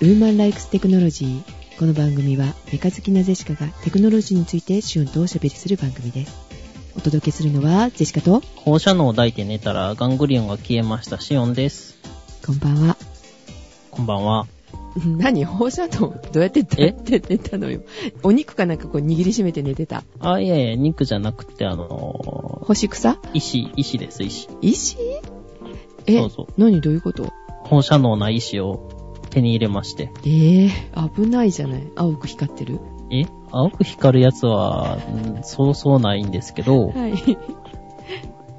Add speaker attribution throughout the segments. Speaker 1: ウーマンライクステクノロジー。この番組はメカ好きなゼシカがテクノロジーについてシオンとおしゃべりする番組です。お届けするのはゼシカと、
Speaker 2: 放射能を抱いて寝たらガングリオンが消えましたシオンです。
Speaker 1: こんばんは。
Speaker 2: こんばんは。
Speaker 1: 何放射能どうやって
Speaker 2: え
Speaker 1: って寝たのよ。お肉かなんかこう握りしめて寝てた。
Speaker 2: あ、いやいや、肉じゃなくて、あの
Speaker 1: 干し草
Speaker 2: ー、石、石です、石。
Speaker 1: 石え
Speaker 2: そうそう
Speaker 1: 何どういうこと
Speaker 2: 放射能な石を手に入れまして。
Speaker 1: ええ危ないじゃない。青く光ってる。
Speaker 2: え青く光るやつは、うんそうそうないんですけど、
Speaker 1: はい。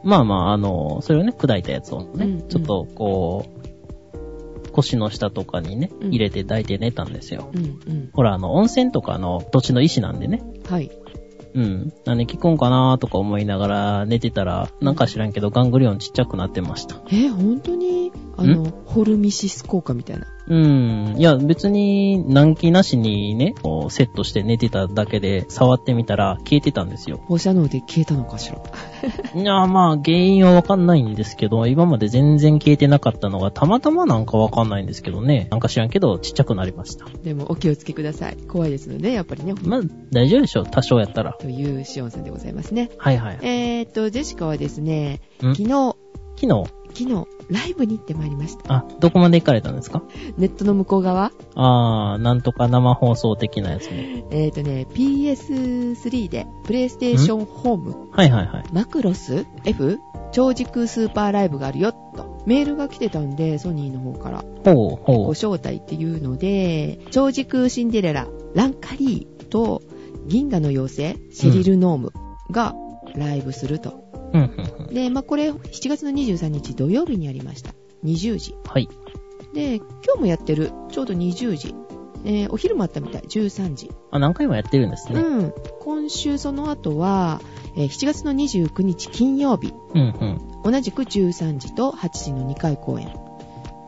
Speaker 2: まあまあ、あのー、それをね、砕いたやつをね、
Speaker 1: うんうん
Speaker 2: ちょっと、こう、腰の下とかにね、
Speaker 1: うん
Speaker 2: 入れて抱いて寝たんですよ。
Speaker 1: うんうん。
Speaker 2: ほら、あの、温泉とかの土地の石なんでね、
Speaker 1: はい。
Speaker 2: うん。何聞くんかなーとか思いながら寝てたら、なんか知らんけどガングリオンちっちゃくなってました。
Speaker 1: え、本当に、あの、ホルミシス効果みたいな。。
Speaker 2: うん。いや、別に軟気なしにね、こうセットして寝てただけで触ってみたら消えてたんですよ
Speaker 1: 放射能で消えたのかしら。
Speaker 2: いや、まあ原因はわかんないんですけど、今まで全然消えてなかったのがたまたまなんかわかんないんですけどね。なんか知らんけどちっちゃくなりました。
Speaker 1: でも、お気をつけください。怖いですので、やっぱりね。
Speaker 2: まあ大丈夫でしょう、多少やったら。
Speaker 1: というシオンさんでございますね。
Speaker 2: はいはい。
Speaker 1: えーっと、ジェシカはですね、
Speaker 2: ん
Speaker 1: 昨日、
Speaker 2: 昨日、
Speaker 1: 昨日、ライブに行ってまいりました。
Speaker 2: あ、どこまで行かれたんですか
Speaker 1: ネットの向こう側、
Speaker 2: あー、なんとか生放送的なやつね。
Speaker 1: えーっとね、PS3 で、プレイステーションホーム、
Speaker 2: はいはいはい。
Speaker 1: マクロス F 超軸スーパーライブがあるよ、と。メールが来てたんで、ソニーの方から。
Speaker 2: ほうほ
Speaker 1: ご
Speaker 2: う。
Speaker 1: 招待っていうので、超軸シンデレラ、ランカリーと銀河の妖精、シェリル・ノームがライブすると。
Speaker 2: うんうんうん。
Speaker 1: で、まあ、これ7月の23日土曜日にやりました。20時。
Speaker 2: はい。
Speaker 1: で、今日もやってる、ちょうど20時。えーお昼もあったみたい、13時。
Speaker 2: あ、何回もやってるんですね。
Speaker 1: うん。今週その後は、えー7月の29日金曜日、
Speaker 2: うんうん。
Speaker 1: 同じく13時と8時の2回公演。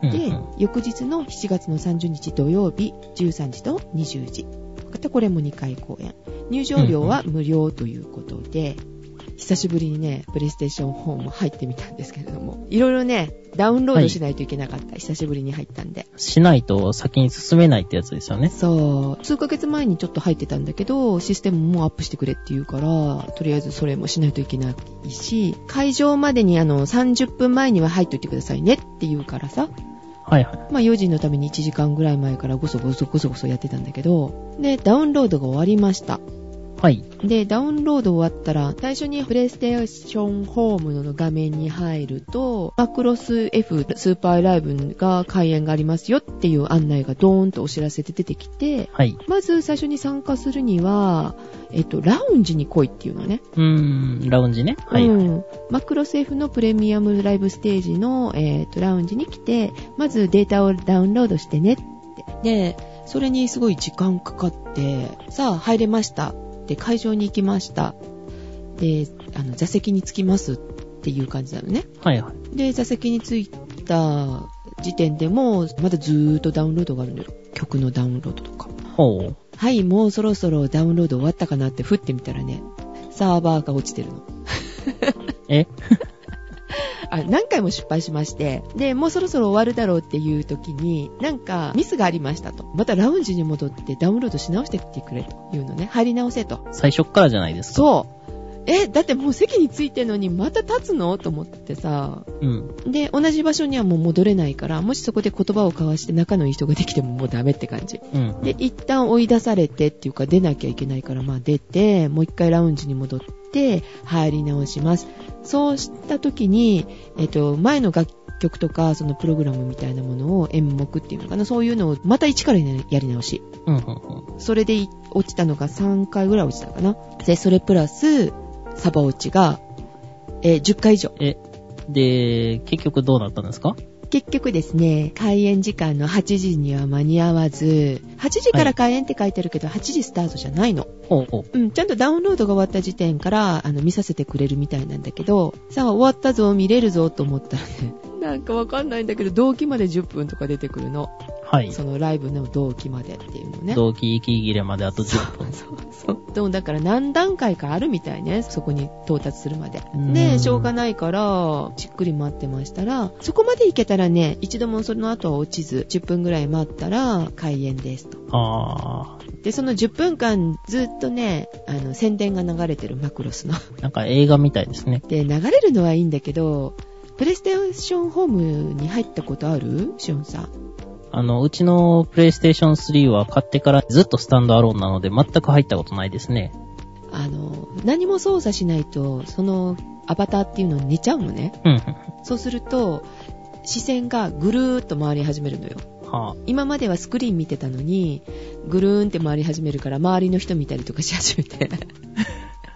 Speaker 2: うん
Speaker 1: で
Speaker 2: うん、
Speaker 1: 翌日の7月の30日土曜日、13時と20時。またこれも2回公演。入場料は無料ということで、久しぶりにね、プレイステーションホーム入ってみたんですけれども、いろいろね、ダウンロードしないといけなかった。久しぶりに入ったんで。
Speaker 2: しないと先に進めないってやつですよね。
Speaker 1: そう、数ヶ月前にちょっと入ってたんだけど、システムもアップしてくれって言うから、とりあえずそれもしないといけないし、会場までにあの、30分前には入っといてくださいねって言うからさ、
Speaker 2: はいは
Speaker 1: まあ、4時のために1時間ぐらい前からごそごそごそごそやってたんだけど、で、ダウンロードが終わりました。
Speaker 2: い。はい。
Speaker 1: で、ダウンロード終わったら、最初にプレイステーションホームの画面に入ると、マクロス F スーパーライブが開演がありますよっていう案内がドーンとお知らせで出てきて、
Speaker 2: はい。
Speaker 1: まず最初に参加するには、えっと、ラウンジに来いっていうのね。
Speaker 2: うーん、ラウンジね。はい。
Speaker 1: う
Speaker 2: うん
Speaker 1: ん、マクロス F のプレミアムライブステージの、えーとラウンジに来てまずデータをダウンロードしてねってでそれにすごい時間かかってさあ入れましたで会場に行きましたであの座席に着きますっていう感じなのね
Speaker 2: はいはい。
Speaker 1: で座席に着いた時点でもうまだずーっとダウンロードがあるのよ曲のダウンロードとか
Speaker 2: ほう。
Speaker 1: はいもうそろそろダウンロード終わったかなって振ってみたらねサーバーが落ちてるの
Speaker 2: え
Speaker 1: あ何回も失敗しまして、で、もうそろそろ終わるだろうっていう時に、なんかミスがありましたと。またラウンジに戻ってダウンロードし直してきてくれというのね。入り直せと。
Speaker 2: 最初っからじゃないですか。
Speaker 1: そう。え、だってもう席についてんのにまた立つのと思ってさ。
Speaker 2: う。うん。
Speaker 1: で、同じ場所にはもう戻れないから、もしそこで言葉を交わして仲のいい人ができてももうダメって感じ。
Speaker 2: うん。
Speaker 1: で、一旦追い出されてっていうか出なきゃいけないから、まあ出て、もう一回ラウンジに戻って入り直します。そうした時に、えっと、前の楽曲とか、そのプログラムみたいなものを演目っていうのかな、そういうのをまた一からやり直し。
Speaker 2: うん。うんうん。
Speaker 1: それでい落ちたのが3回ぐらい落ちたかな。で、それプラス、サバ落ちが、えー10回以上。
Speaker 2: え、で、結局どうなったんですか
Speaker 1: 結局ですね、開演時間の8時には間に合わず、8時から開演って書いてあるけど、8時スタートじゃないの。
Speaker 2: ほうほ
Speaker 1: う
Speaker 2: う。
Speaker 1: ん、ちゃんとダウンロードが終わった時点から、あの、見させてくれるみたいなんだけど、さあ、終わったぞ、見れるぞ、と思ったらね、 なんかわかんないんだけど、同期まで10分とか出てくるの。
Speaker 2: はい。
Speaker 1: そのライブの同期までっていうのね。
Speaker 2: 同期息切れまであと10分。
Speaker 1: そうそうそう。と、だから何段階かあるみたいね、そこに到達するまで。
Speaker 2: うん
Speaker 1: で、しょうがないから、じっくり待ってましたら、そこまで行けたらね、一度もその後は落ちず、10分ぐらい待ったら、開演ですと。
Speaker 2: あー
Speaker 1: で、その10分間ずっとね、あの、宣伝が流れてるマクロスの。
Speaker 2: なんか映画みたいですね。
Speaker 1: で、流れるのはいいんだけど、プレイステーションホームに入ったことあるシオンさん。
Speaker 2: あの、うちのプレイステーション3は買ってからずっとスタンドアローンなので全く入ったことないですね。
Speaker 1: あの、何も操作しないと、そのアバターっていうのに寝ちゃうのね。
Speaker 2: うんうん。
Speaker 1: そうすると、視線がぐるーっと回り始めるのよ。
Speaker 2: は
Speaker 1: 今まではスクリーン見てたのに、ぐるーんって回り始めるから、周りの人見たりとかし始めて。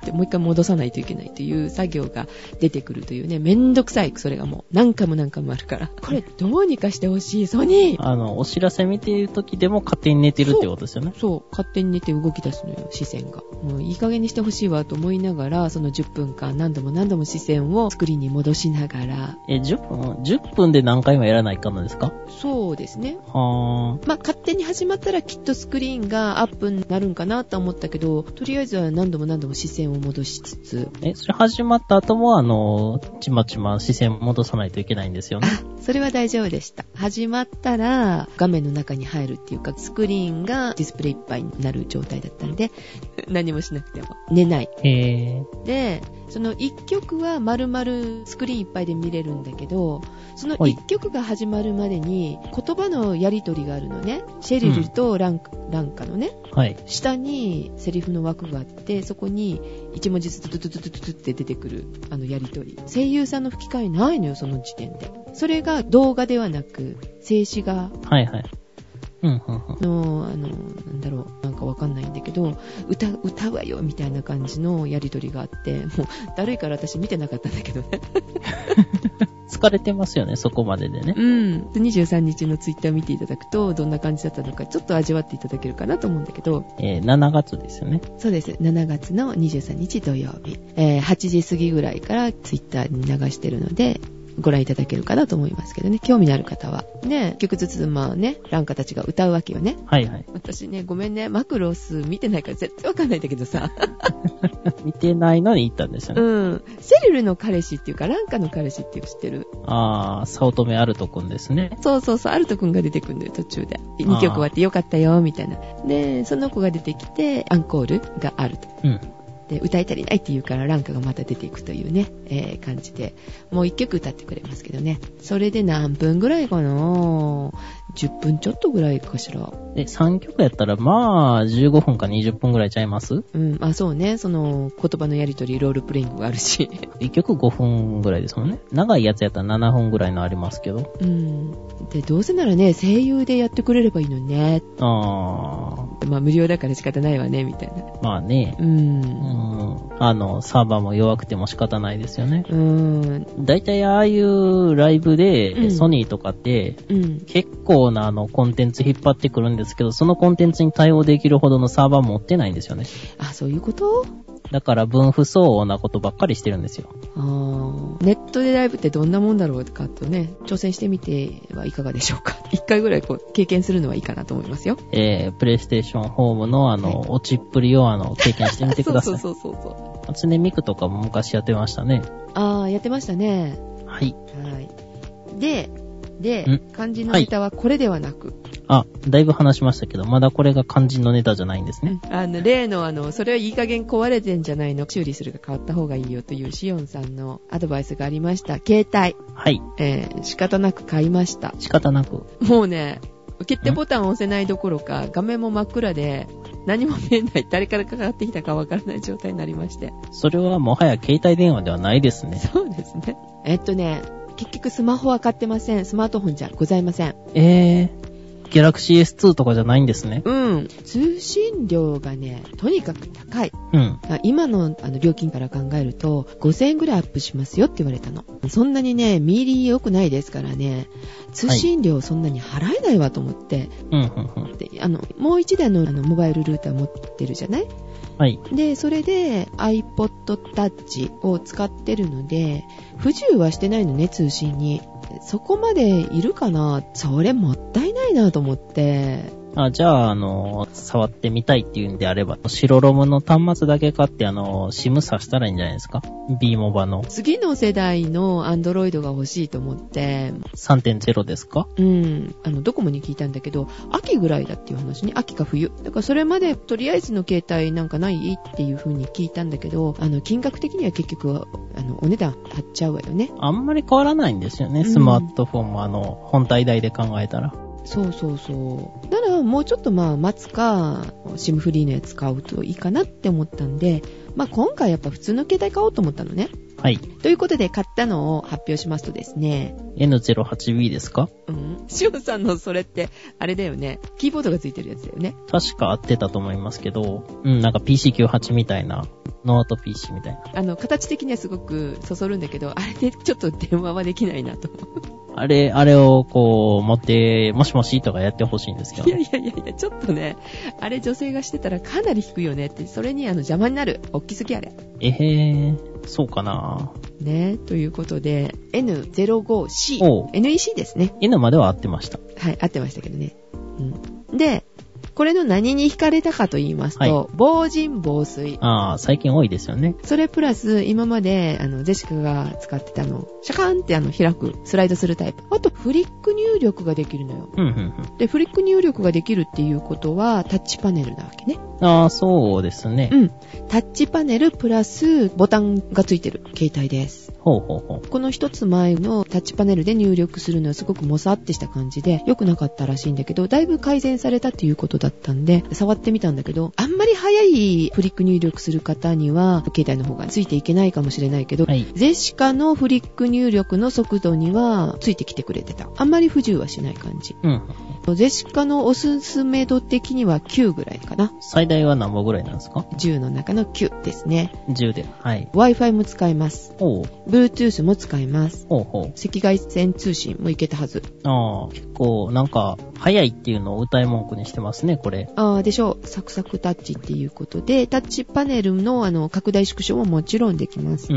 Speaker 1: でもう一回戻さないといけないという作業が出てくるというね、めんどくさい、それがもう。何回も何回もあるから。これ、どうにかしてほしい、ソニー
Speaker 2: あ、あの、お知らせ見ている時でも勝手に寝てるってことですよね。
Speaker 1: そう、勝手に寝て動き出すのよ、視線が。もういい加減にしてほしいわと思いながら、その10分間何度も何度も視線をスクリーンに戻しながら、
Speaker 2: え、10分 ?10 分で何回もやらないかなんですか
Speaker 1: そうですね。
Speaker 2: はー
Speaker 1: まあ、勝手に始まったらきっとスクリーンがアップになるんかなと思ったけど、とりあえずは何度も何度も視線を戻しつつ、
Speaker 2: え、それ始まった後も、あの、ちまちま視線戻さないといけないんですよね。
Speaker 1: それは大丈夫でした。始まったら画面の中に入るっていうか、スクリーンがディスプレイいっぱいになる状態だったんで、何もしなくても寝ない。
Speaker 2: へー。
Speaker 1: で、その1曲は丸々スクリーンいっぱいで見れるんだけど、その
Speaker 2: はい
Speaker 1: 1曲が始まるまでに言葉のやりとりがあるのね。シェリルとラン,、ランカのね、
Speaker 2: はい。
Speaker 1: 下にセリフの枠があって、そこに1文字ずつトゥトゥトゥトゥトゥって出てくるあのやりとり。声優さんの吹き替えないのよ、その時点で。それが動画ではなく、静止画
Speaker 2: はいはい。うん、うん、うん。
Speaker 1: の、あの、なんだろう、なんかわかんないんだけど、歌、歌うわよみたいな感じのやりとりがあって、もう、だるいから私見てなかったんだけどね。
Speaker 2: 疲れてますよね、そこまででね。
Speaker 1: うん。23日のツイッター見ていただくと、どんな感じだったのか、ちょっと味わっていただけるかなと思うんだけど、
Speaker 2: えー7月ですよね。
Speaker 1: そうです。7月の23日土曜日、えー8時過ぎぐらいからツイッターに流してるので、ご覧いただけるかなと思いますけどね。興味のある方は。ね、一曲ずつ、まあね、ランカたちが歌うわけよね。
Speaker 2: はいはい。
Speaker 1: 私ね、ごめんね、マクロス見てないから絶対わかんないんだけどさ。
Speaker 2: 見てないのに行ったんですよね。
Speaker 1: うん。セリルの彼氏っていうか、ランカの彼氏っていうか知ってる
Speaker 2: あー、早乙女アルトくんですね。
Speaker 1: そうそうそう、アルト君が出てくるんだよ、途中で。2曲終わってよかったよ、みたいな。で、その子が出てきて、アンコールがあると。
Speaker 2: うん。
Speaker 1: で、歌い足りないって言うから、ランカがまた出ていくというね、えー感じで。もう1曲歌ってくれますけどね。それで何分ぐらいかな ?10 分ちょっとぐらいかしら。
Speaker 2: で、3曲やったら、まあ、15分か20分ぐらいちゃいます
Speaker 1: うん、あ、そうね、その、言葉のやりとり、ロールプレイングがあるし。
Speaker 2: ?1 曲5分ぐらいですもんね。長いやつやったら7分ぐらいのありますけど。
Speaker 1: うん。で、どうせならね、声優でやってくれればいいのにね。
Speaker 2: あ
Speaker 1: まあ、無料だから仕方ないわね、みたいな。
Speaker 2: ー、まあね。
Speaker 1: う。
Speaker 2: うんん。あの、サーバーも弱くても仕方ないですよね。
Speaker 1: うん。
Speaker 2: だいたいああいうライブで、
Speaker 1: うん
Speaker 2: ソニーとかって、
Speaker 1: うん。
Speaker 2: 結構なあのコンテンツ引っ張ってくるんですけど、そのコンテンツに対応できるほどのサーバー持ってないんですよね。
Speaker 1: あ、そういうこと
Speaker 2: だから分不相応なことばっかりしてるんですよ。
Speaker 1: あーネットでライブってどんなもんだろうかとね、挑戦してみてはいかがでしょうか。 一回ぐらいこう、経験するのはいいかなと思いますよ。
Speaker 2: えー、プレイステーションホームのあの、落ちっぷりをあの、経験してみてください。
Speaker 1: そうそうそうそう。
Speaker 2: 初音ミクとかも昔やってましたね。
Speaker 1: あー、やってましたね。
Speaker 2: はい。
Speaker 1: はい。で、で
Speaker 2: ん、
Speaker 1: 漢字のネタはこれではなく、
Speaker 2: あ、だいぶ話しましたけど、まだこれが肝心のネタじゃないんですね。
Speaker 1: あの、例のあの、それはいい加減壊れてんじゃないの、修理するか変わった方がいいよというシオンさんのアドバイスがありました。携帯、
Speaker 2: はい。
Speaker 1: えー仕方なく買いました。
Speaker 2: 仕方なく。
Speaker 1: もうね、決定ボタンを押せないどころか、画面も真っ暗で、何も見えない、誰からかかってきたかわからない状態になりまして。
Speaker 2: それはもはや携帯電話ではないですね。
Speaker 1: そうですね。えっとね、結局スマホは買ってません。スマートフォンじゃございません。
Speaker 2: えー、ギャラクシー S2 とかじゃないんですね。
Speaker 1: うん。通信量がね、とにかく高い。
Speaker 2: うん。
Speaker 1: あ今のあの料金から考えると、5000円ぐらいアップしますよって言われたの。そんなにね、ミリ良くないですからね、通信量そんなに払えないわと思って、
Speaker 2: うん、うん、うん。
Speaker 1: であの、もう一台のあのモバイルルーター持ってるじゃない
Speaker 2: はい。
Speaker 1: で、それで iPod Touch を使ってるので、不自由はしてないのね、通信に。そこまでいるかなそれもったいないなと思って、
Speaker 2: あ、じゃあ、あの、触ってみたいっていうんであれば、白ロムの端末だけ買って、あの、SIM 挿したらいいんじゃないですか ?B モバの
Speaker 1: 次の世代のアンドロイドが欲しいと思って、
Speaker 2: 3.0ですか
Speaker 1: うん、あの、ドコモに聞いたんだけど、秋ぐらいだっていう話ね、秋か冬。だからそれまで、とりあえずの携帯なんかないっていう風に聞いたんだけど、あの、金額的には結局は、あの、お値段張っちゃうわよね。
Speaker 2: あんまり変わらないんですよ
Speaker 1: う
Speaker 2: ね。
Speaker 1: ん
Speaker 2: スマートフォンも、あの、本体代で考えたら。
Speaker 1: そうそうそう。なら、もうちょっとまあ、待つか、シムフリーのやつ買うといいかなって思ったんで、まあ今回やっぱ普通の携帯買おうと思ったのね。
Speaker 2: はい。
Speaker 1: ということで買ったのを発表しますとですね、
Speaker 2: N08B ですか
Speaker 1: うん、しおさんのそれって、あれだよね、キーボードがついてるやつだよね。
Speaker 2: 確か合ってたと思いますけど、うん、なんか PC98 みたいな、ノート PC みたいな。
Speaker 1: あの、形的にはすごくそそるんだけど、あれでちょっと電話はできないなと。
Speaker 2: あれ、あれをこう、持って、もしもしとかやってほしいんですけど
Speaker 1: いや
Speaker 2: ね。
Speaker 1: いやいやいや、ちょっとね、あれ女性がしてたらかなり低いよねって、それにあの邪魔になる。おっきすぎあれ。
Speaker 2: えへー、そうかな
Speaker 1: ね、ということで、
Speaker 2: おう
Speaker 1: N05C、NEC ですね。
Speaker 2: N までは合ってました。
Speaker 1: はい、合ってましたけどね。うん。で、これの何に惹かれたかと言いますと、
Speaker 2: は
Speaker 1: 防塵防水。
Speaker 2: ああ、最近多いですよね。
Speaker 1: それプラス、今まで、あの、ジェシカが使ってたの、シャカーンってあの、開く、スライドするタイプ。あと、フリック入力ができるのよ。
Speaker 2: うん、うん、うん。
Speaker 1: で、フリック入力ができるっていうことは、タッチパネルなわけね。
Speaker 2: ああ、そうですね
Speaker 1: う。ん。タッチパネルプラス、ボタンがついてる携帯です。
Speaker 2: ほうほうほう。
Speaker 1: この一つ前のタッチパネルで入力するのはすごくもさってした感じで、良くなかったらしいんだけど、だいぶ改善されたっていうことだったんで、触ってみたんだけど、あんまり早いフリック入力する方には、携帯の方がついていけないかもしれないけど、
Speaker 2: はい。
Speaker 1: ゼシカのフリック入力の速度にはついてきてくれてた。あんまり不自由はしない感じ。
Speaker 2: うん。
Speaker 1: ゼシカのおすすめ度的には9ぐらいかな。
Speaker 2: 最大は何本ぐらいなんですか
Speaker 1: 10の中の9ですね。
Speaker 2: ?10 で。はい。
Speaker 1: Wi-Fi も使えます。
Speaker 2: ほう、
Speaker 1: Bluetooth も使えます。
Speaker 2: ほうほう。
Speaker 1: 赤外線通信もいけたはず。
Speaker 2: ああ、結構、なんか、早いっていうのを歌い文句にしてますね、これ。
Speaker 1: あーでしょう。サクサクタッチっていうことで、タッチパネルのあの拡大縮小ももちろんできます
Speaker 2: う。ん、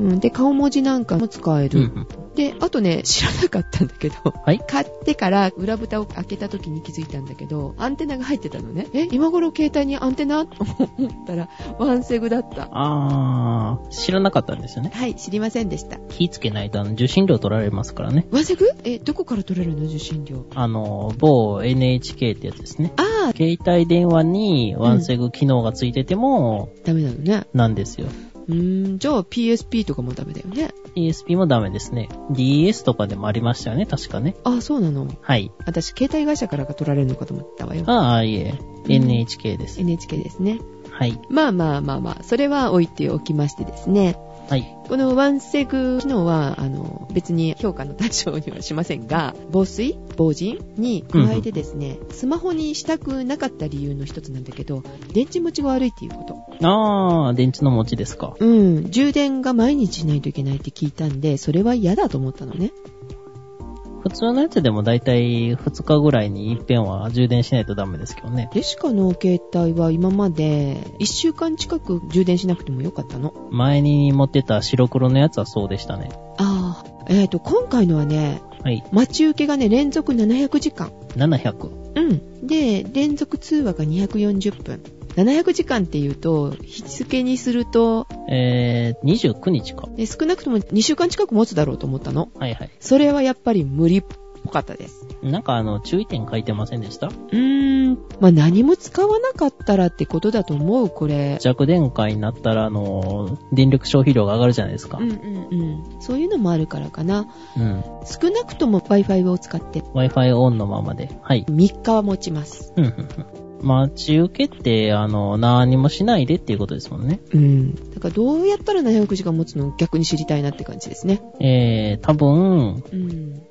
Speaker 2: うん、
Speaker 1: うん、で、顔文字なんかも使え
Speaker 2: うん。
Speaker 1: る。
Speaker 2: うん、うん。
Speaker 1: で、あとね、知らなかったんだけど、
Speaker 2: い
Speaker 1: 買ってから裏蓋を開けた時に気づいたんだけど、アンテナが入ってたのね。え、今頃携帯にアンテナと思ったら、ワンセグだった。
Speaker 2: ああ、知らなかったんですよね。
Speaker 1: はい、知りませんでした。
Speaker 2: 火つけないと、あの、受信料取られますからね。
Speaker 1: ワンセグえ、どこから取れるの受信料。
Speaker 2: あの、某 NHK ってやつですね。
Speaker 1: あー、
Speaker 2: 携帯電話にワンセグ機能がついてても、
Speaker 1: ダメなのね。
Speaker 2: なんですよ。
Speaker 1: うーん、じゃあ PSP とかもダメだよね。
Speaker 2: ESP もダメですね。DS とかでもありましたよね、確かね。
Speaker 1: あー、そうなの。
Speaker 2: はい。
Speaker 1: 私、携帯会社からが取られるのかと思ったわよ。
Speaker 2: ああ、いえ。
Speaker 1: うん
Speaker 2: NHK です。
Speaker 1: NHK ですね。
Speaker 2: はい。
Speaker 1: まあまあまあまあ、それは置いておきましてですね。
Speaker 2: はい。
Speaker 1: このワンセグ機能は、あの、別に評価の対象にはしませんが、防水、防塵に加えてですね、スマホにしたくなかった理由の一つなんだけど、電池持ちが悪いっていうこと。
Speaker 2: ああ、電池の持ちですか。
Speaker 1: うん、充電が毎日しないといけないって聞いたんで、それは嫌だと思ったのね。
Speaker 2: 普通のやつでもだいたい2日ぐらいに一遍は充電しないとダメですけどね。
Speaker 1: デシカの携帯は今まで1週間近く充電しなくてもよかったの。
Speaker 2: 前に持ってた白黒のやつはそうでしたね。
Speaker 1: ああ、えっ、と、今回のはね、
Speaker 2: はい。
Speaker 1: 待ち受けがね、連続700時間。
Speaker 2: 700。
Speaker 1: うん。で、連続通話が240分。700時間っていうと、日付にすると、
Speaker 2: えー、29日か。
Speaker 1: ね少なくとも2週間近く持つだろうと思ったの。
Speaker 2: はいはい。
Speaker 1: それはやっぱり無理っぽかったです。
Speaker 2: なんかあの、注意点書いてませんでした
Speaker 1: うーん。まあ、何も使わなかったらってことだと思う、これ。
Speaker 2: 弱電化になったら、あの、電力消費量が上がるじゃないですか
Speaker 1: うん。うんうん。そういうのもあるからかな。
Speaker 2: うん。
Speaker 1: 少なくとも Wi-Fi を使って
Speaker 2: Wi-Fi オンのままで。はい。
Speaker 1: 3日は持ちます。
Speaker 2: うん、うん、うん。待ち受けって、あの、何もしないでっていうことですもんね。
Speaker 1: うん。だからどうやったら700時間持つの逆に知りたいなって感じですね。
Speaker 2: えー、多分、
Speaker 1: うん。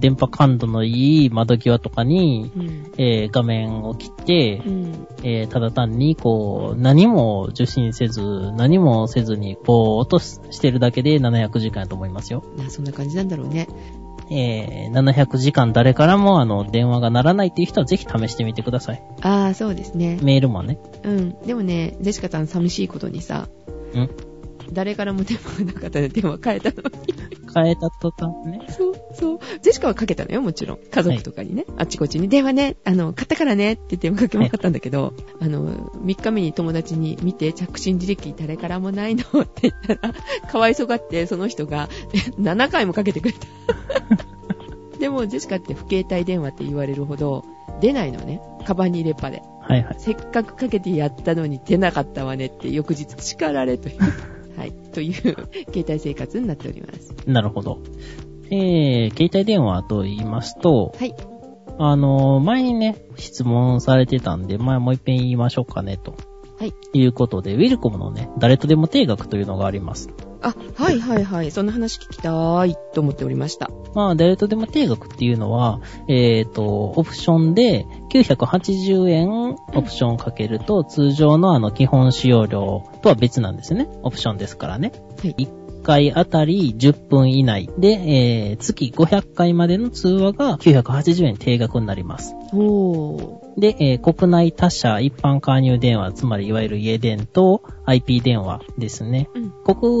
Speaker 2: 電波感度のいい窓際とかに、
Speaker 1: うん。
Speaker 2: えー、画面を切って
Speaker 1: う、ん。
Speaker 2: えー、ただ単に、こう、何も受信せず、何もせずに、ぼーっとししてるだけで700時間やと思いますよ。
Speaker 1: なそんな感じなんだろうね。
Speaker 2: えー、700時間誰からも、あの、電話が鳴らないっていう人はぜひ試してみてください。
Speaker 1: ああ、そうですね。
Speaker 2: メールもね。
Speaker 1: うん。でもね、ジェシカさん寂しいことにさ、
Speaker 2: ん
Speaker 1: 誰からも電話がなかったら電話変えたのに。
Speaker 2: 変えた途端ね。
Speaker 1: そうそう。ジェシカはかけたのよ、もちろん。家族とかにね。あっちこっちに。電話ね、あの、買ったからねって電話かけまかったんだけど、あの、3日目に友達に見て、着信履歴誰からもないの って言ったら、かわいそがって、その人が え7回もかけてくれた。でも、ジェシカって不携帯電話って言われるほど、出ないのね。カバンに入れっぱで。
Speaker 2: はいはい。
Speaker 1: せっかくかけてやったのに出なかったわねって、翌日叱られと いう。はい。という、携帯生活になっております。
Speaker 2: なるほど。えー、携帯電話と言いますと、
Speaker 1: はい。
Speaker 2: あの、前にね、質問されてたんで、前もう一遍言いましょうかね、と
Speaker 1: はい。
Speaker 2: いうことで、ウィルコムのね、誰とでも定額というのがあります。
Speaker 1: あ、はいはいはい。そんな話聞きたいと思っておりました。
Speaker 2: まあ、誰とでも定額っていうのは、えっ、と、オプションで980円オプションかけると、通常のあの基本使用料とは別なんですね。オプションですからね。
Speaker 1: はい
Speaker 2: 1回あたり10分以内で、えー月500回までの通話が980円定額になります。
Speaker 1: おー。
Speaker 2: で、えー国内他社一般加入電話、つまりいわゆる家電と IP 電話ですね。
Speaker 1: うん。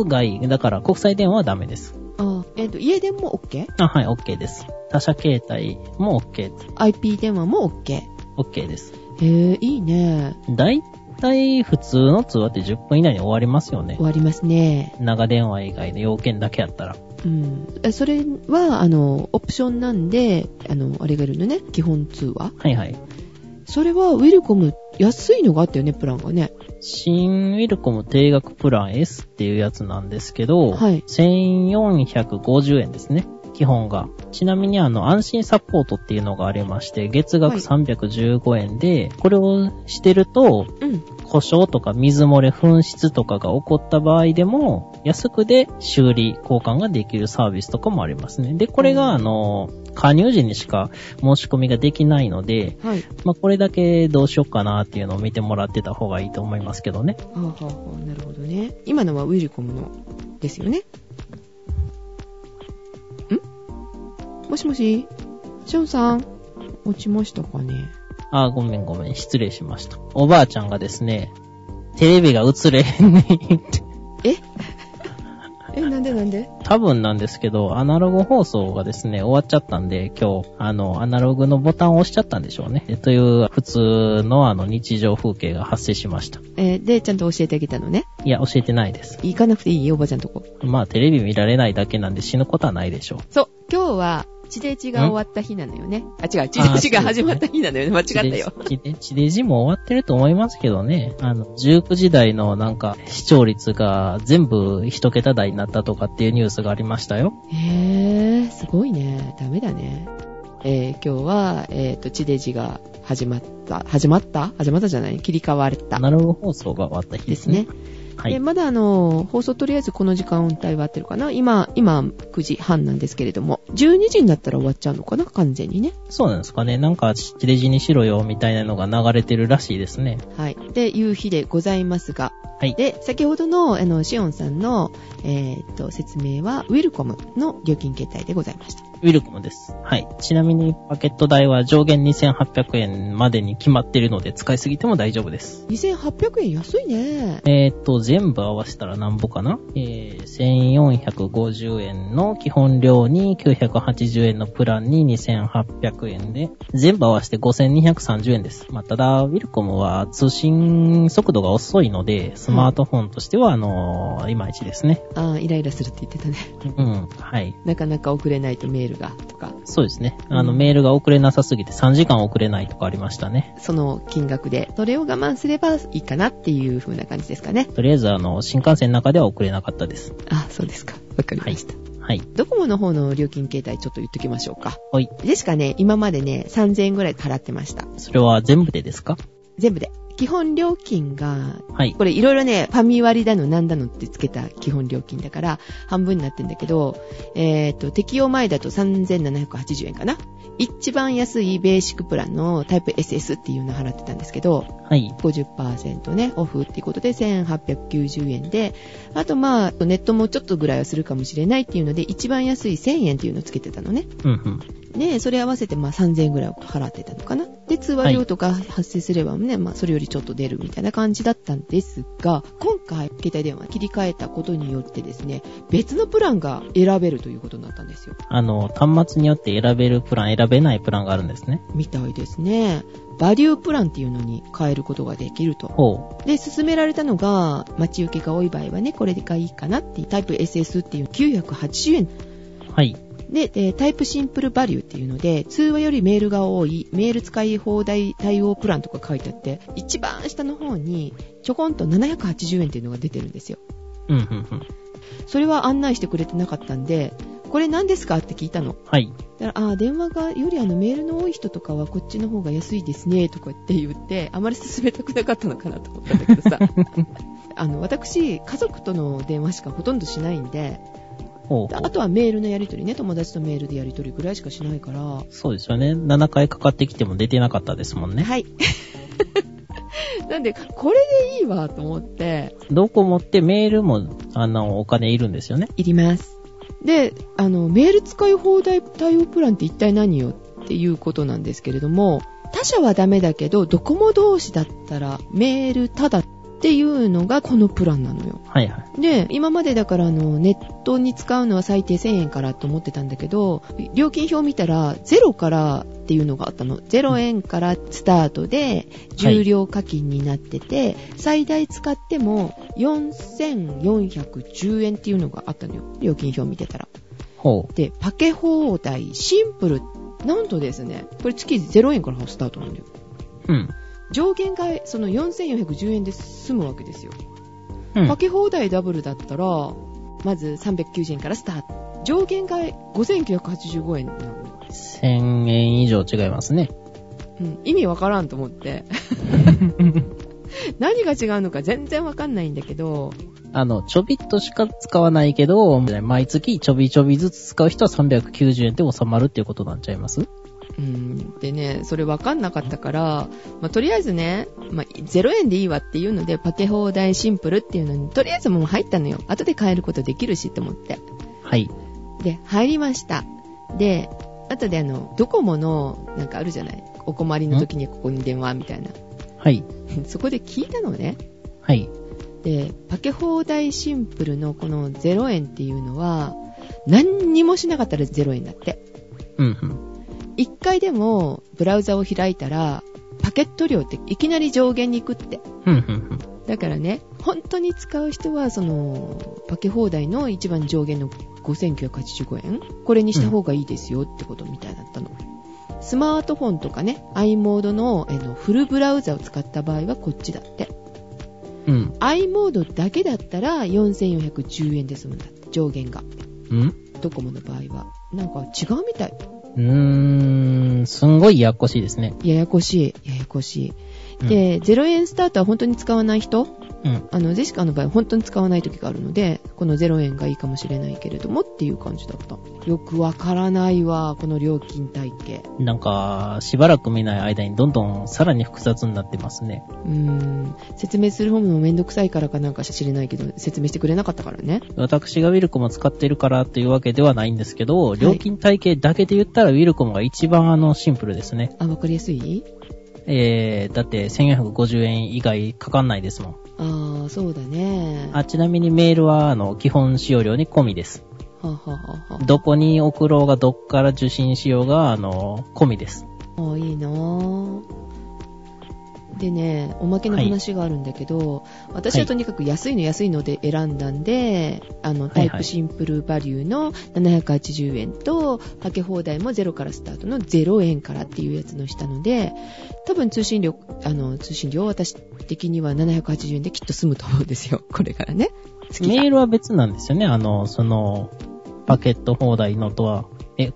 Speaker 2: 国外、だから国際電話はダメです。
Speaker 1: あ、えっ、と、家電も OK?
Speaker 2: あ、はい、OK です。他社携帯も OK です。
Speaker 1: IP 電話も OK? へ
Speaker 2: OK です。
Speaker 1: え、いいね。
Speaker 2: だいたい普通の通話って10分以内に終わりますよね
Speaker 1: 終。わりますね。
Speaker 2: 長電話以外の要件だけやったら。
Speaker 1: うん。えそれは、あの、オプションなんで、あの、あれがいるのね。基本通話。
Speaker 2: はいはい。
Speaker 1: それは、ウィルコム、安いのがあったよね、プランがね。
Speaker 2: 新ウィルコム定額プラン S っていうやつなんですけど、
Speaker 1: はい
Speaker 2: 1450円ですね。基本が。ちなみにあの、安心サポートっていうのがありまして、月額
Speaker 1: はい
Speaker 2: 315円で、これをしてると、
Speaker 1: うん。
Speaker 2: 故障とか水漏れ、紛失とかが起こった場合でも、安くで修理、交換ができるサービスとかもありますね。で、これ
Speaker 1: うん
Speaker 2: が、あの、加入時にしか申し込みができないので、
Speaker 1: はい。
Speaker 2: まあ、これだけどうしようかなっていうのを見てもらってた方がいいと思いますけどね。
Speaker 1: はあ、はあはあ、なるほどね。今のはウィルコムのですよね。んもしもしションさん落ちましたかね
Speaker 2: あー、ごめんごめん。失礼しました。おばあちゃんがですね、テレビが映れへんねんって。
Speaker 1: ええ、なんでなんで
Speaker 2: 多分なんですけど、アナログ放送がですね、終わっちゃったんで、今日、あの、アナログのボタンを押しちゃったんでしょうね。でという、普通のあの、日常風景が発生しました。
Speaker 1: えーで、ちゃんと教えてあげたのね。
Speaker 2: いや、教えてないです。
Speaker 1: 行かなくていいよ、おばちゃんとこ。
Speaker 2: まあ、テレビ見られないだけなんで死ぬことはないでしょう。
Speaker 1: そう、今日は、地デジが終わった日なのよね。あ、違う、地デジが始まった日なのよね。間違ったよ。
Speaker 2: 地デジ。地デ地デジも終わってると思いますけどね。あの、19時代のなんか、視聴率が全部一桁台になったとかっていうニュースがありましたよ。
Speaker 1: へー、すごいね。ダメだね。えー、今日は、えっ、と、地デジが始まった、始まった始まったじゃない切り替われた
Speaker 2: ア。ナログ放送が終わった日
Speaker 1: で
Speaker 2: ですすね。
Speaker 1: ね。
Speaker 2: は
Speaker 1: で
Speaker 2: い。
Speaker 1: まだあの、放送とりあえずこの時間帯は合ってるかな今、今、9時半なんですけれども、12時になったら終わっちゃうのかな完全にね。
Speaker 2: そうなんですかね。なんか、地デジにしろよ、みたいなのが流れてるらしいですね。
Speaker 1: はい。で、いう日でございますが。
Speaker 2: はい
Speaker 1: で、先ほどの、あの、シオンさんの、えーっと、説明は、ウィルコムの料金形態でございました。
Speaker 2: ウィルコムです。はい。ちなみに、パケット代は上限2800円までに決まってるので、使いすぎても大丈夫です。
Speaker 1: 2800円安いね。
Speaker 2: えーっと、全部合わせたらなんぼかなえー、1450円の基本料に980円のプランに2800円で、全部合わせて5230円です。まあ、ただ、ウィルコムは通信速度が遅いので、スマートフォンとしては、あのーいまいちですね。
Speaker 1: あーイライラするって言ってたね。
Speaker 2: うん。はい。
Speaker 1: なかなか送れないとメールが、とか、
Speaker 2: そうですね。あの、
Speaker 1: うん
Speaker 2: メールが送れなさすぎて3時間送れないとかありましたね。
Speaker 1: その金額で、それを我慢すればいいかなっていう風な感じですかね。
Speaker 2: とりあえず、あの、新幹線の中では送れなかったです。
Speaker 1: あ、そうですか。わかりました。
Speaker 2: はい。
Speaker 1: ドコモの方の料金形態ちょっと言っときましょうか。
Speaker 2: はい。
Speaker 1: でしかね、今までね、3000円ぐらい払ってました。
Speaker 2: それは全部でですか
Speaker 1: 全部で。基本料金が、
Speaker 2: はい。
Speaker 1: これいろいろね、ファミ割りだのなんだのってつけた基本料金だから、半分になってんだけど、えっ、と、適用前だと3780円かな。一番安いベーシックプランのタイプ SS っていうのを払ってたんですけど、
Speaker 2: はい。
Speaker 1: 50%ね、オフっていうことで1890円で、あとまあ、ネットもちょっとぐらいはするかもしれないっていうので、一番安い1000円っていうのをつけてたのね。
Speaker 2: うんうん。
Speaker 1: ねそれ合わせてまあ3000円ぐらいを払ってたのかな。で、通話料とか発生すればね、まあ、それよりちょっと出るみたいな感じだったんですが、今回、携帯電話切り替えたことによってですね、別のプランが選べるということになったんですよ。
Speaker 2: あの、端末によって選べるプラン、選べないプランがあるんですね。
Speaker 1: みたいですね。バリュープランっていうのに変えることができると。
Speaker 2: ほ
Speaker 1: で、勧められたのが、待ち受けが多い場合はね、これがいいかなっていう、タイプ SS っていう980円。
Speaker 2: う。はい。
Speaker 1: で、えータイプシンプルバリューっていうので、通話よりメールが多い、メール使い放題対応プランとか書いてあって、一番下の方に、ちょこんと780円っていうのが出てるんですよ。
Speaker 2: うん、うん、うん。
Speaker 1: それは案内してくれてなかったんで、これ何ですかって聞いたの。
Speaker 2: はい。
Speaker 1: だから、あー電話がよりあのメールの多い人とかはこっちの方が安いですね、とかって言って、あまり進めたくなかったのかなと思ったんだけど さ。あの、私、家族との電話しかほとんどしないんで、
Speaker 2: ほうほ
Speaker 1: あ
Speaker 2: う。
Speaker 1: とはメールのやり取りね、友達とメールでやり取りぐらいしかしないから、は
Speaker 2: そうですよね。7回かかってきても出てなかったですもんね。
Speaker 1: い。 なんで、これでいいわと思って、
Speaker 2: どこもってメールも、あの、お金いるんですよね。
Speaker 1: いります。で、あの、メール使い放題対応プランって一体何よっていうことなんですけれども、他社はダメだけど、ドコモ同士だったらメールただっていうのがこのプランなのよ。
Speaker 2: はいはい。
Speaker 1: で、今までだからあの、ネットに使うのは最低1000円からと思ってたんだけど、料金表見たら、0からっていうのがあったの。0円からスタートで、重量課金になってて、最大使っても4410円っていうのがあったのよ。料金表見てたら。
Speaker 2: ほ
Speaker 1: で、パケ放題、シンプル。なんとですね、これ月0円からスタートなのよ。
Speaker 2: う。うん。
Speaker 1: 上限がその4410円で済むわけですよ。
Speaker 2: うん
Speaker 1: か。け放題ダブルだったら、まず390円からスタート。上限が5985円なの。
Speaker 2: 1000円以上違いますね。
Speaker 1: うん、意味わからんと思 って。何が違うのか全然わかんないんだけど、
Speaker 2: あの、ちょびっとしか使わないけど、毎月ちょびちょびずつ使う人は390円で収まるっていうことになっちゃいます
Speaker 1: うん、でね、それわかんなかったから、まあ、とりあえずね、まあ、0円でいいわっていうので、パケ放題シンプルっていうのに、とりあえずもう入ったのよ。後で変えることできるしと思って。
Speaker 2: はい。
Speaker 1: で、入りました。で、後であの、ドコモの、なんかあるじゃないお困りの時にここに電話みたいな。
Speaker 2: はい。
Speaker 1: そこで聞いたのね。
Speaker 2: はい。
Speaker 1: で、パケ放題シンプルのこの0円っていうのは、何にもしなかったら0円だって。
Speaker 2: うんうん。
Speaker 1: 一回でもブラウザを開いたら、パケット量っていきなり上限に行くって。
Speaker 2: うんうん
Speaker 1: だからね、本当に使う人は、その、パケ放題の一番上限の5985円これにした方がいいですよってことみたいだったの。スマートフォンとかね、i モードのえのフルブラウザを使った場合はこっちだって。
Speaker 2: うん。
Speaker 1: i モードだけだったら4410円で済むんだって、上限が。
Speaker 2: うん。
Speaker 1: ドコモの場合は。なんか違うみたい。
Speaker 2: うん。うーん。すんごいややこしいですね。
Speaker 1: ややこしい、ややこし
Speaker 2: う
Speaker 1: い。
Speaker 2: ん
Speaker 1: で、0円スタートは本当に使わない人
Speaker 2: うん。
Speaker 1: あの、ジェシカの場合、本当に使わない時があるので、この0円がいいかもしれないけれどもっていう感じだった。よくわからないわ、この料金体系。
Speaker 2: なんか、しばらく見ない間にどんどんさらに複雑になってますね。
Speaker 1: うーん、説明する方もめんどくさいからかなんか知れないけど、説明してくれなかったからね。
Speaker 2: 私がウィルコムを使ってるからというわけではないんですけど、料金体系だけで言ったらウィルコムが一番あのシンプルですね。
Speaker 1: あ、わかりやすい
Speaker 2: えー、だって1450円以外かかんないですもん。
Speaker 1: あー、そうだね。は
Speaker 2: あ、ちなみにメールはあの基本使用料に込みです。
Speaker 1: あはあはあは
Speaker 2: どこに送ろうがどっから受信しようがあの込みです。
Speaker 1: ああー、いいなぁ。でね、おまけの話があるんだけど、私はとにかく安いの安いので選んだんで、あの、
Speaker 2: は
Speaker 1: タ
Speaker 2: い
Speaker 1: イ
Speaker 2: はい
Speaker 1: プシンプルバリューの780円と、かけ放題も0からスタートの0円からっていうやつのしたので、多分通信料、あの、通信料私的には780円できっと済むと思うんですよ。これからね。月が
Speaker 2: メールは別なんですよね。あの、その、パケット放題のとは、え、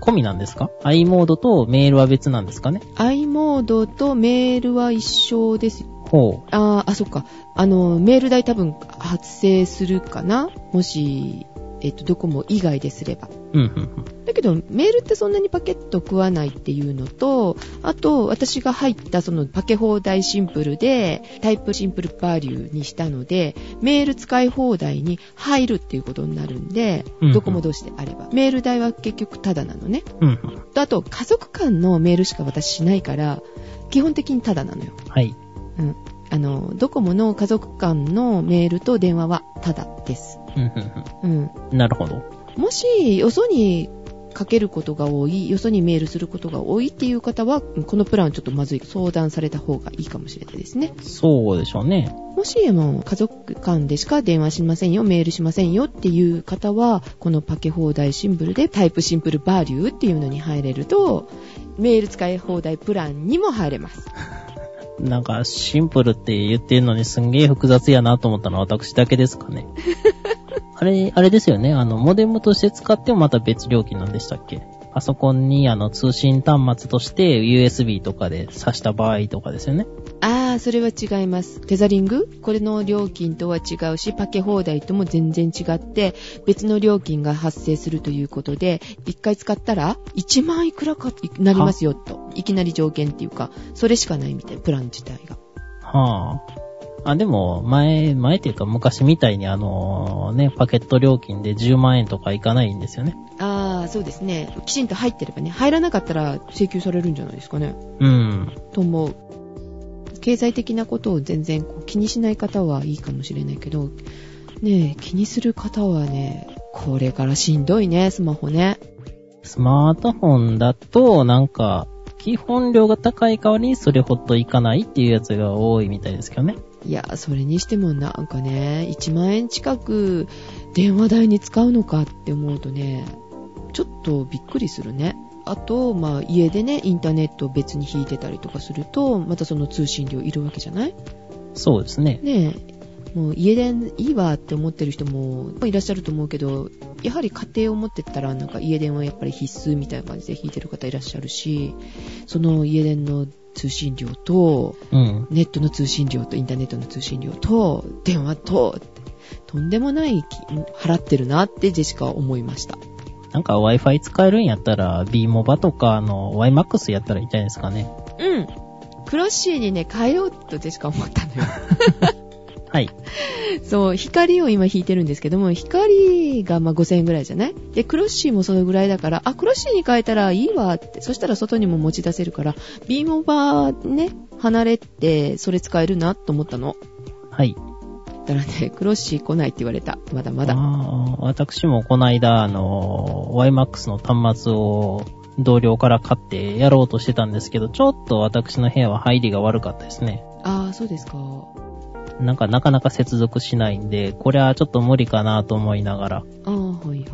Speaker 2: 込みなんですか ?i モードとメールは別なんですかね
Speaker 1: i モードとメールは一緒です
Speaker 2: ほう。
Speaker 1: あーあ、そっか。あの、メール代多分発生するかなもし、えっと、ドコモ以外ですれば。
Speaker 2: うん、うん、
Speaker 1: だけど、メールってそんなにパケット食わないっていうのと、あと、私が入ったそのパケ放題シンプルで、タイプシンプルバリューにしたので、メール使い放題に入るっていうことになるんで、
Speaker 2: うんうん
Speaker 1: ドコモ同士であれば。メール代は結局タダなのね。
Speaker 2: うん。うん、うん。
Speaker 1: あと、家族間のメールしか私しないから、基本的にタダなのよ。
Speaker 2: はい。
Speaker 1: うん。あの、ドコモの家族間のメールと電話はタダです。
Speaker 2: うん、うん、
Speaker 1: うん。
Speaker 2: うん。なるほど。
Speaker 1: もし、よそにかけることが多い、よそにメールすることが多いっていう方は、このプランちょっとまずい、相談された方がいいかもしれないですね。
Speaker 2: そうでしょうね。
Speaker 1: もし、もう家族間でしか電話しませんよ、メールしませんよっていう方は、このパケ放題シンプルで、タイプシンプルバリューっていうのに入れると、メール使い放題プランにも入れます。
Speaker 2: なんか、シンプルって言ってるのにすんげえ複雑やなと思ったのは私だけですかね。あれ、あれですよね。あの、モデムとして使ってもまた別料金なんでしたっけパソコンにあの通信端末として USB とかで挿した場合とかですよね。
Speaker 1: あー、それは違います。テザリングこれの料金とは違うし、パケ放題とも全然違って、別の料金が発生するということで、一回使ったら、1万いくらかなりますよ、と。いきなり上限っていうか、それしかないみたい、プラン自体が。
Speaker 2: はあ。あ、でも、前、前っていうか昔みたいにあの、ね、パケット料金で10万円とかいかないんですよね。
Speaker 1: あー、そうですね。きちんと入ってればね、入らなかったら請求されるんじゃないですかね。
Speaker 2: うん。
Speaker 1: と思う。経済的なことを全然こう気にしない方はいいかもしれないけど、ねえ、気にする方はね、これからしんどいね、スマホね。
Speaker 2: スマートフォンだと、なんか、基本量が高い代わりにそれほどいかないっていうやつが多いみたいですけどね。
Speaker 1: いや、それにしてもなんかね、1万円近く電話代に使うのかって思うとね、ちょっとびっくりするね。あと、まあ、家でね、インターネットを別に引いてたりとかすると、またその通信料いるわけじゃない
Speaker 2: そうですね。
Speaker 1: ねえ、もう家でいいわって思ってる人もいらっしゃると思うけど、やはり家庭を持ってったら、なんか家電はやっぱり必須みたいな感じで引いてる方いらっしゃるし、その家電の通信料と、
Speaker 2: うん。
Speaker 1: ネットの通信料とインターネットの通信料と、電話と、ってとんでもない金払ってるなってジェシカは思いました。
Speaker 2: なんか Wi-Fi 使えるんやったら、b モバとか、あの、YMAX やったらいいんじゃないですかね。
Speaker 1: うん。クロッシーにね、変えようとジェシカは思ったのよ。
Speaker 2: はい。
Speaker 1: そう、光を今弾いてるんですけども、光がまあ5000円ぐらいじゃないで、クロッシーもそのぐらいだから、あ、クロッシーに変えたらいいわって、そしたら外にも持ち出せるから、ビームオーバーね、離れて、それ使えるなと思ったの。
Speaker 2: はい。
Speaker 1: だからね、クロッシー来ないって言われた。まだま
Speaker 2: あ
Speaker 1: だ。
Speaker 2: ー私もこの間、あの、YMAX の端末を同僚から買ってやろうとしてたんですけど、ちょっと私の部屋は入りが悪かったですね。
Speaker 1: ああ、そうですか。
Speaker 2: なんかなかなか接続しないんで、これはちょっと無理かなと思いながら、
Speaker 1: ああ、はいはいは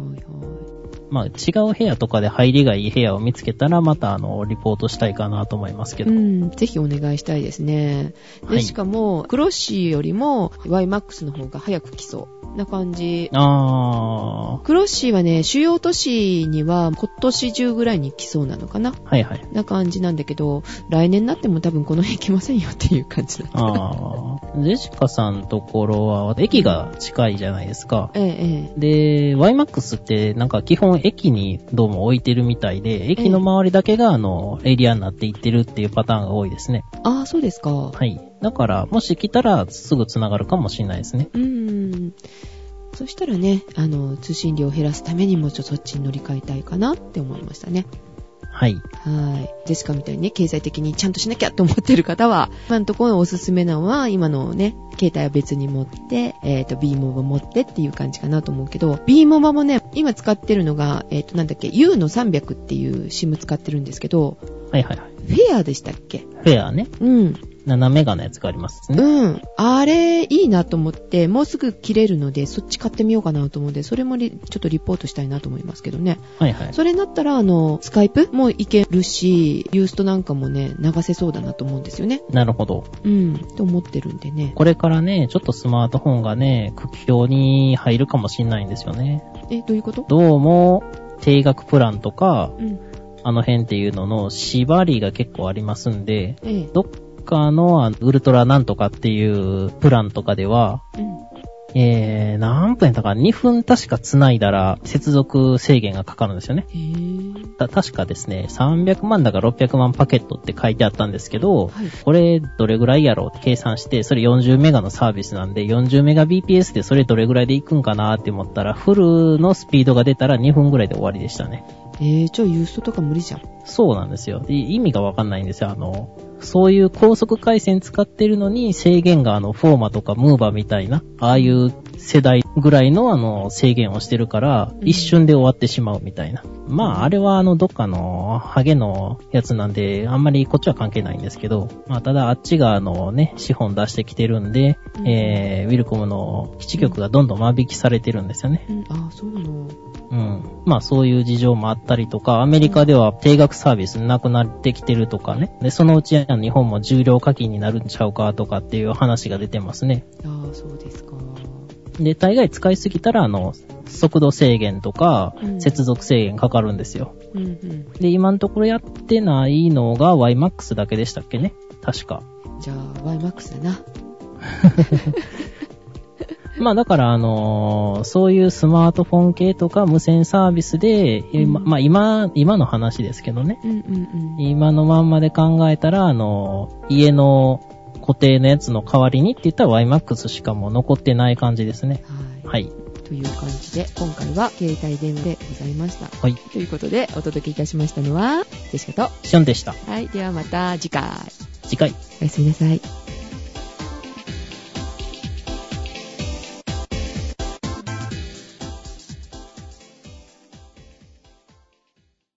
Speaker 2: まあ、違う部屋とかで入りがいい部屋を見つけたら、また、あの、リポートしたいかなと思いますけ
Speaker 1: い。う
Speaker 2: ど。
Speaker 1: ん、ぜひお願いしたいですね。
Speaker 2: は
Speaker 1: で、
Speaker 2: い
Speaker 1: しかも、クロッシーよりも、YMAX の方が早く来そう。な感じ
Speaker 2: あ
Speaker 1: クロッシーはね、主要都市には今年中ぐらいに来そうなのかな
Speaker 2: ー、はいはい。
Speaker 1: な感じなんだけど、来年になっても多分この辺来ませんよっていう感じだ。
Speaker 2: あー、 ジェシカさんところは、駅が近いじゃないですか。
Speaker 1: ええ、え
Speaker 2: で、YMAX って、なんか基本駅にどうも置いてるみたいで、駅の周りだけが、あの、エリアになっていってるっていうパターンが多いですね。
Speaker 1: え。ああ、そうですか。
Speaker 2: はい。だから、もし来たら、すぐ繋がるかもしれないですね。
Speaker 1: うーん。そしたらね、あの、通信量を減らすためにもちょっとそっちに乗り換えたいかなって思いましたね。
Speaker 2: はい。
Speaker 1: はい。ジェシカみたいにね、経済的にちゃんとしなきゃと思ってる方は、今のところおすすめなのは、今のね、携帯は別に持って、えっ、と、ビーモバ持ってっていう感じかなと思うけど、ビーモバもね、今使ってるのが、えっ、と、なんだっけ、U の300っていう SIM 使ってるんですけど、
Speaker 2: はいはいはい。
Speaker 1: フェアでしたっけ
Speaker 2: フェアね。
Speaker 1: うん。
Speaker 2: 斜めがのやつがありますね。
Speaker 1: うん。あれ、いいなと思って、もうすぐ切れるので、そっち買ってみようかなと思うんで、それもリちょっとリポートしたいなと思いますけどね。
Speaker 2: はいはい。
Speaker 1: それになったら、あの、スカイプもいけるし、ユーストなんかもね、流せそうだなと思うんですよね。
Speaker 2: なるほど。
Speaker 1: うん、と思ってるんでね。
Speaker 2: これからね、ちょっとスマートフォンがね、苦境に入るかもしんないんですよね。
Speaker 1: え、どういうこと
Speaker 2: どうも、定額プランとか、
Speaker 1: うん。
Speaker 2: あの辺っていうのの縛りが結構ありますんで、
Speaker 1: ええ。
Speaker 2: どっかのあのウルトラなんとかっていうプランとかでは、
Speaker 1: うん。
Speaker 2: えー、何分やったか、2分確か繋いだら、接続制限がかかるんですよね。
Speaker 1: へー
Speaker 2: た確かですね、300万だか600万パケットって書いてあったんですけど、
Speaker 1: はい
Speaker 2: これどれぐらいやろうって計算して、それ40メガのサービスなんで、40メガ BPS でそれどれぐらいでいくんかなって思ったら、フルのスピードが出たら2分ぐらいで終わりでしたね。
Speaker 1: えー、じゃあ郵送とか無理じゃん。
Speaker 2: そうなんですよ。で意味がわかんないんですよ。あの、そういう高速回線使ってるのに制限があの、フォーマとかムーバーみたいな、ああいう世代ぐらいのあの、制限をしてるから、
Speaker 1: うん
Speaker 2: 一瞬で終わってしまうみたいな。まあ、あれはあの、どっかの、ハゲのやつなんで、あんまりこっちは関係ないんですけど、まあ、ただあっちがあのね、資本出してきてるんで、
Speaker 1: うん
Speaker 2: えー、ウィルコムの基地局がどんどん間引きされてるんですよね。
Speaker 1: うん、あー、そうなの。
Speaker 2: うん。まあそういう事情もあったりとか、アメリカでは定額サービスなくなってきてるとかね。で、そのうちあの日本も重量課金になるんちゃうかとかっていう話が出てますね。
Speaker 1: あー、そうですか。
Speaker 2: で、大概使いすぎたら、あの、速度制限とか
Speaker 1: う、ん
Speaker 2: 接続制限かかるんですよ。
Speaker 1: うんうん。
Speaker 2: で、今のところやってないのが YMAX だけでしたっけね。確か。
Speaker 1: じゃあ、YMAX だな。
Speaker 2: まあだから、あのーそういうスマートフォン系とか無線サービスで、今まあ今、今の話ですけどね。
Speaker 1: うんうんうん。
Speaker 2: 今のまんまで考えたら、あの、家の固定のやつの代わりにって言ったら YMAX しかもう残ってない感じですね。
Speaker 1: はい。
Speaker 2: はい。
Speaker 1: という感じで、今回は携帯電話でございました。
Speaker 2: はい。
Speaker 1: ということで、お届けいたしましたのは、ジェシカと。
Speaker 2: ションでした。
Speaker 1: はい。ではまた次回。
Speaker 2: 次回。
Speaker 1: おやすみなさい。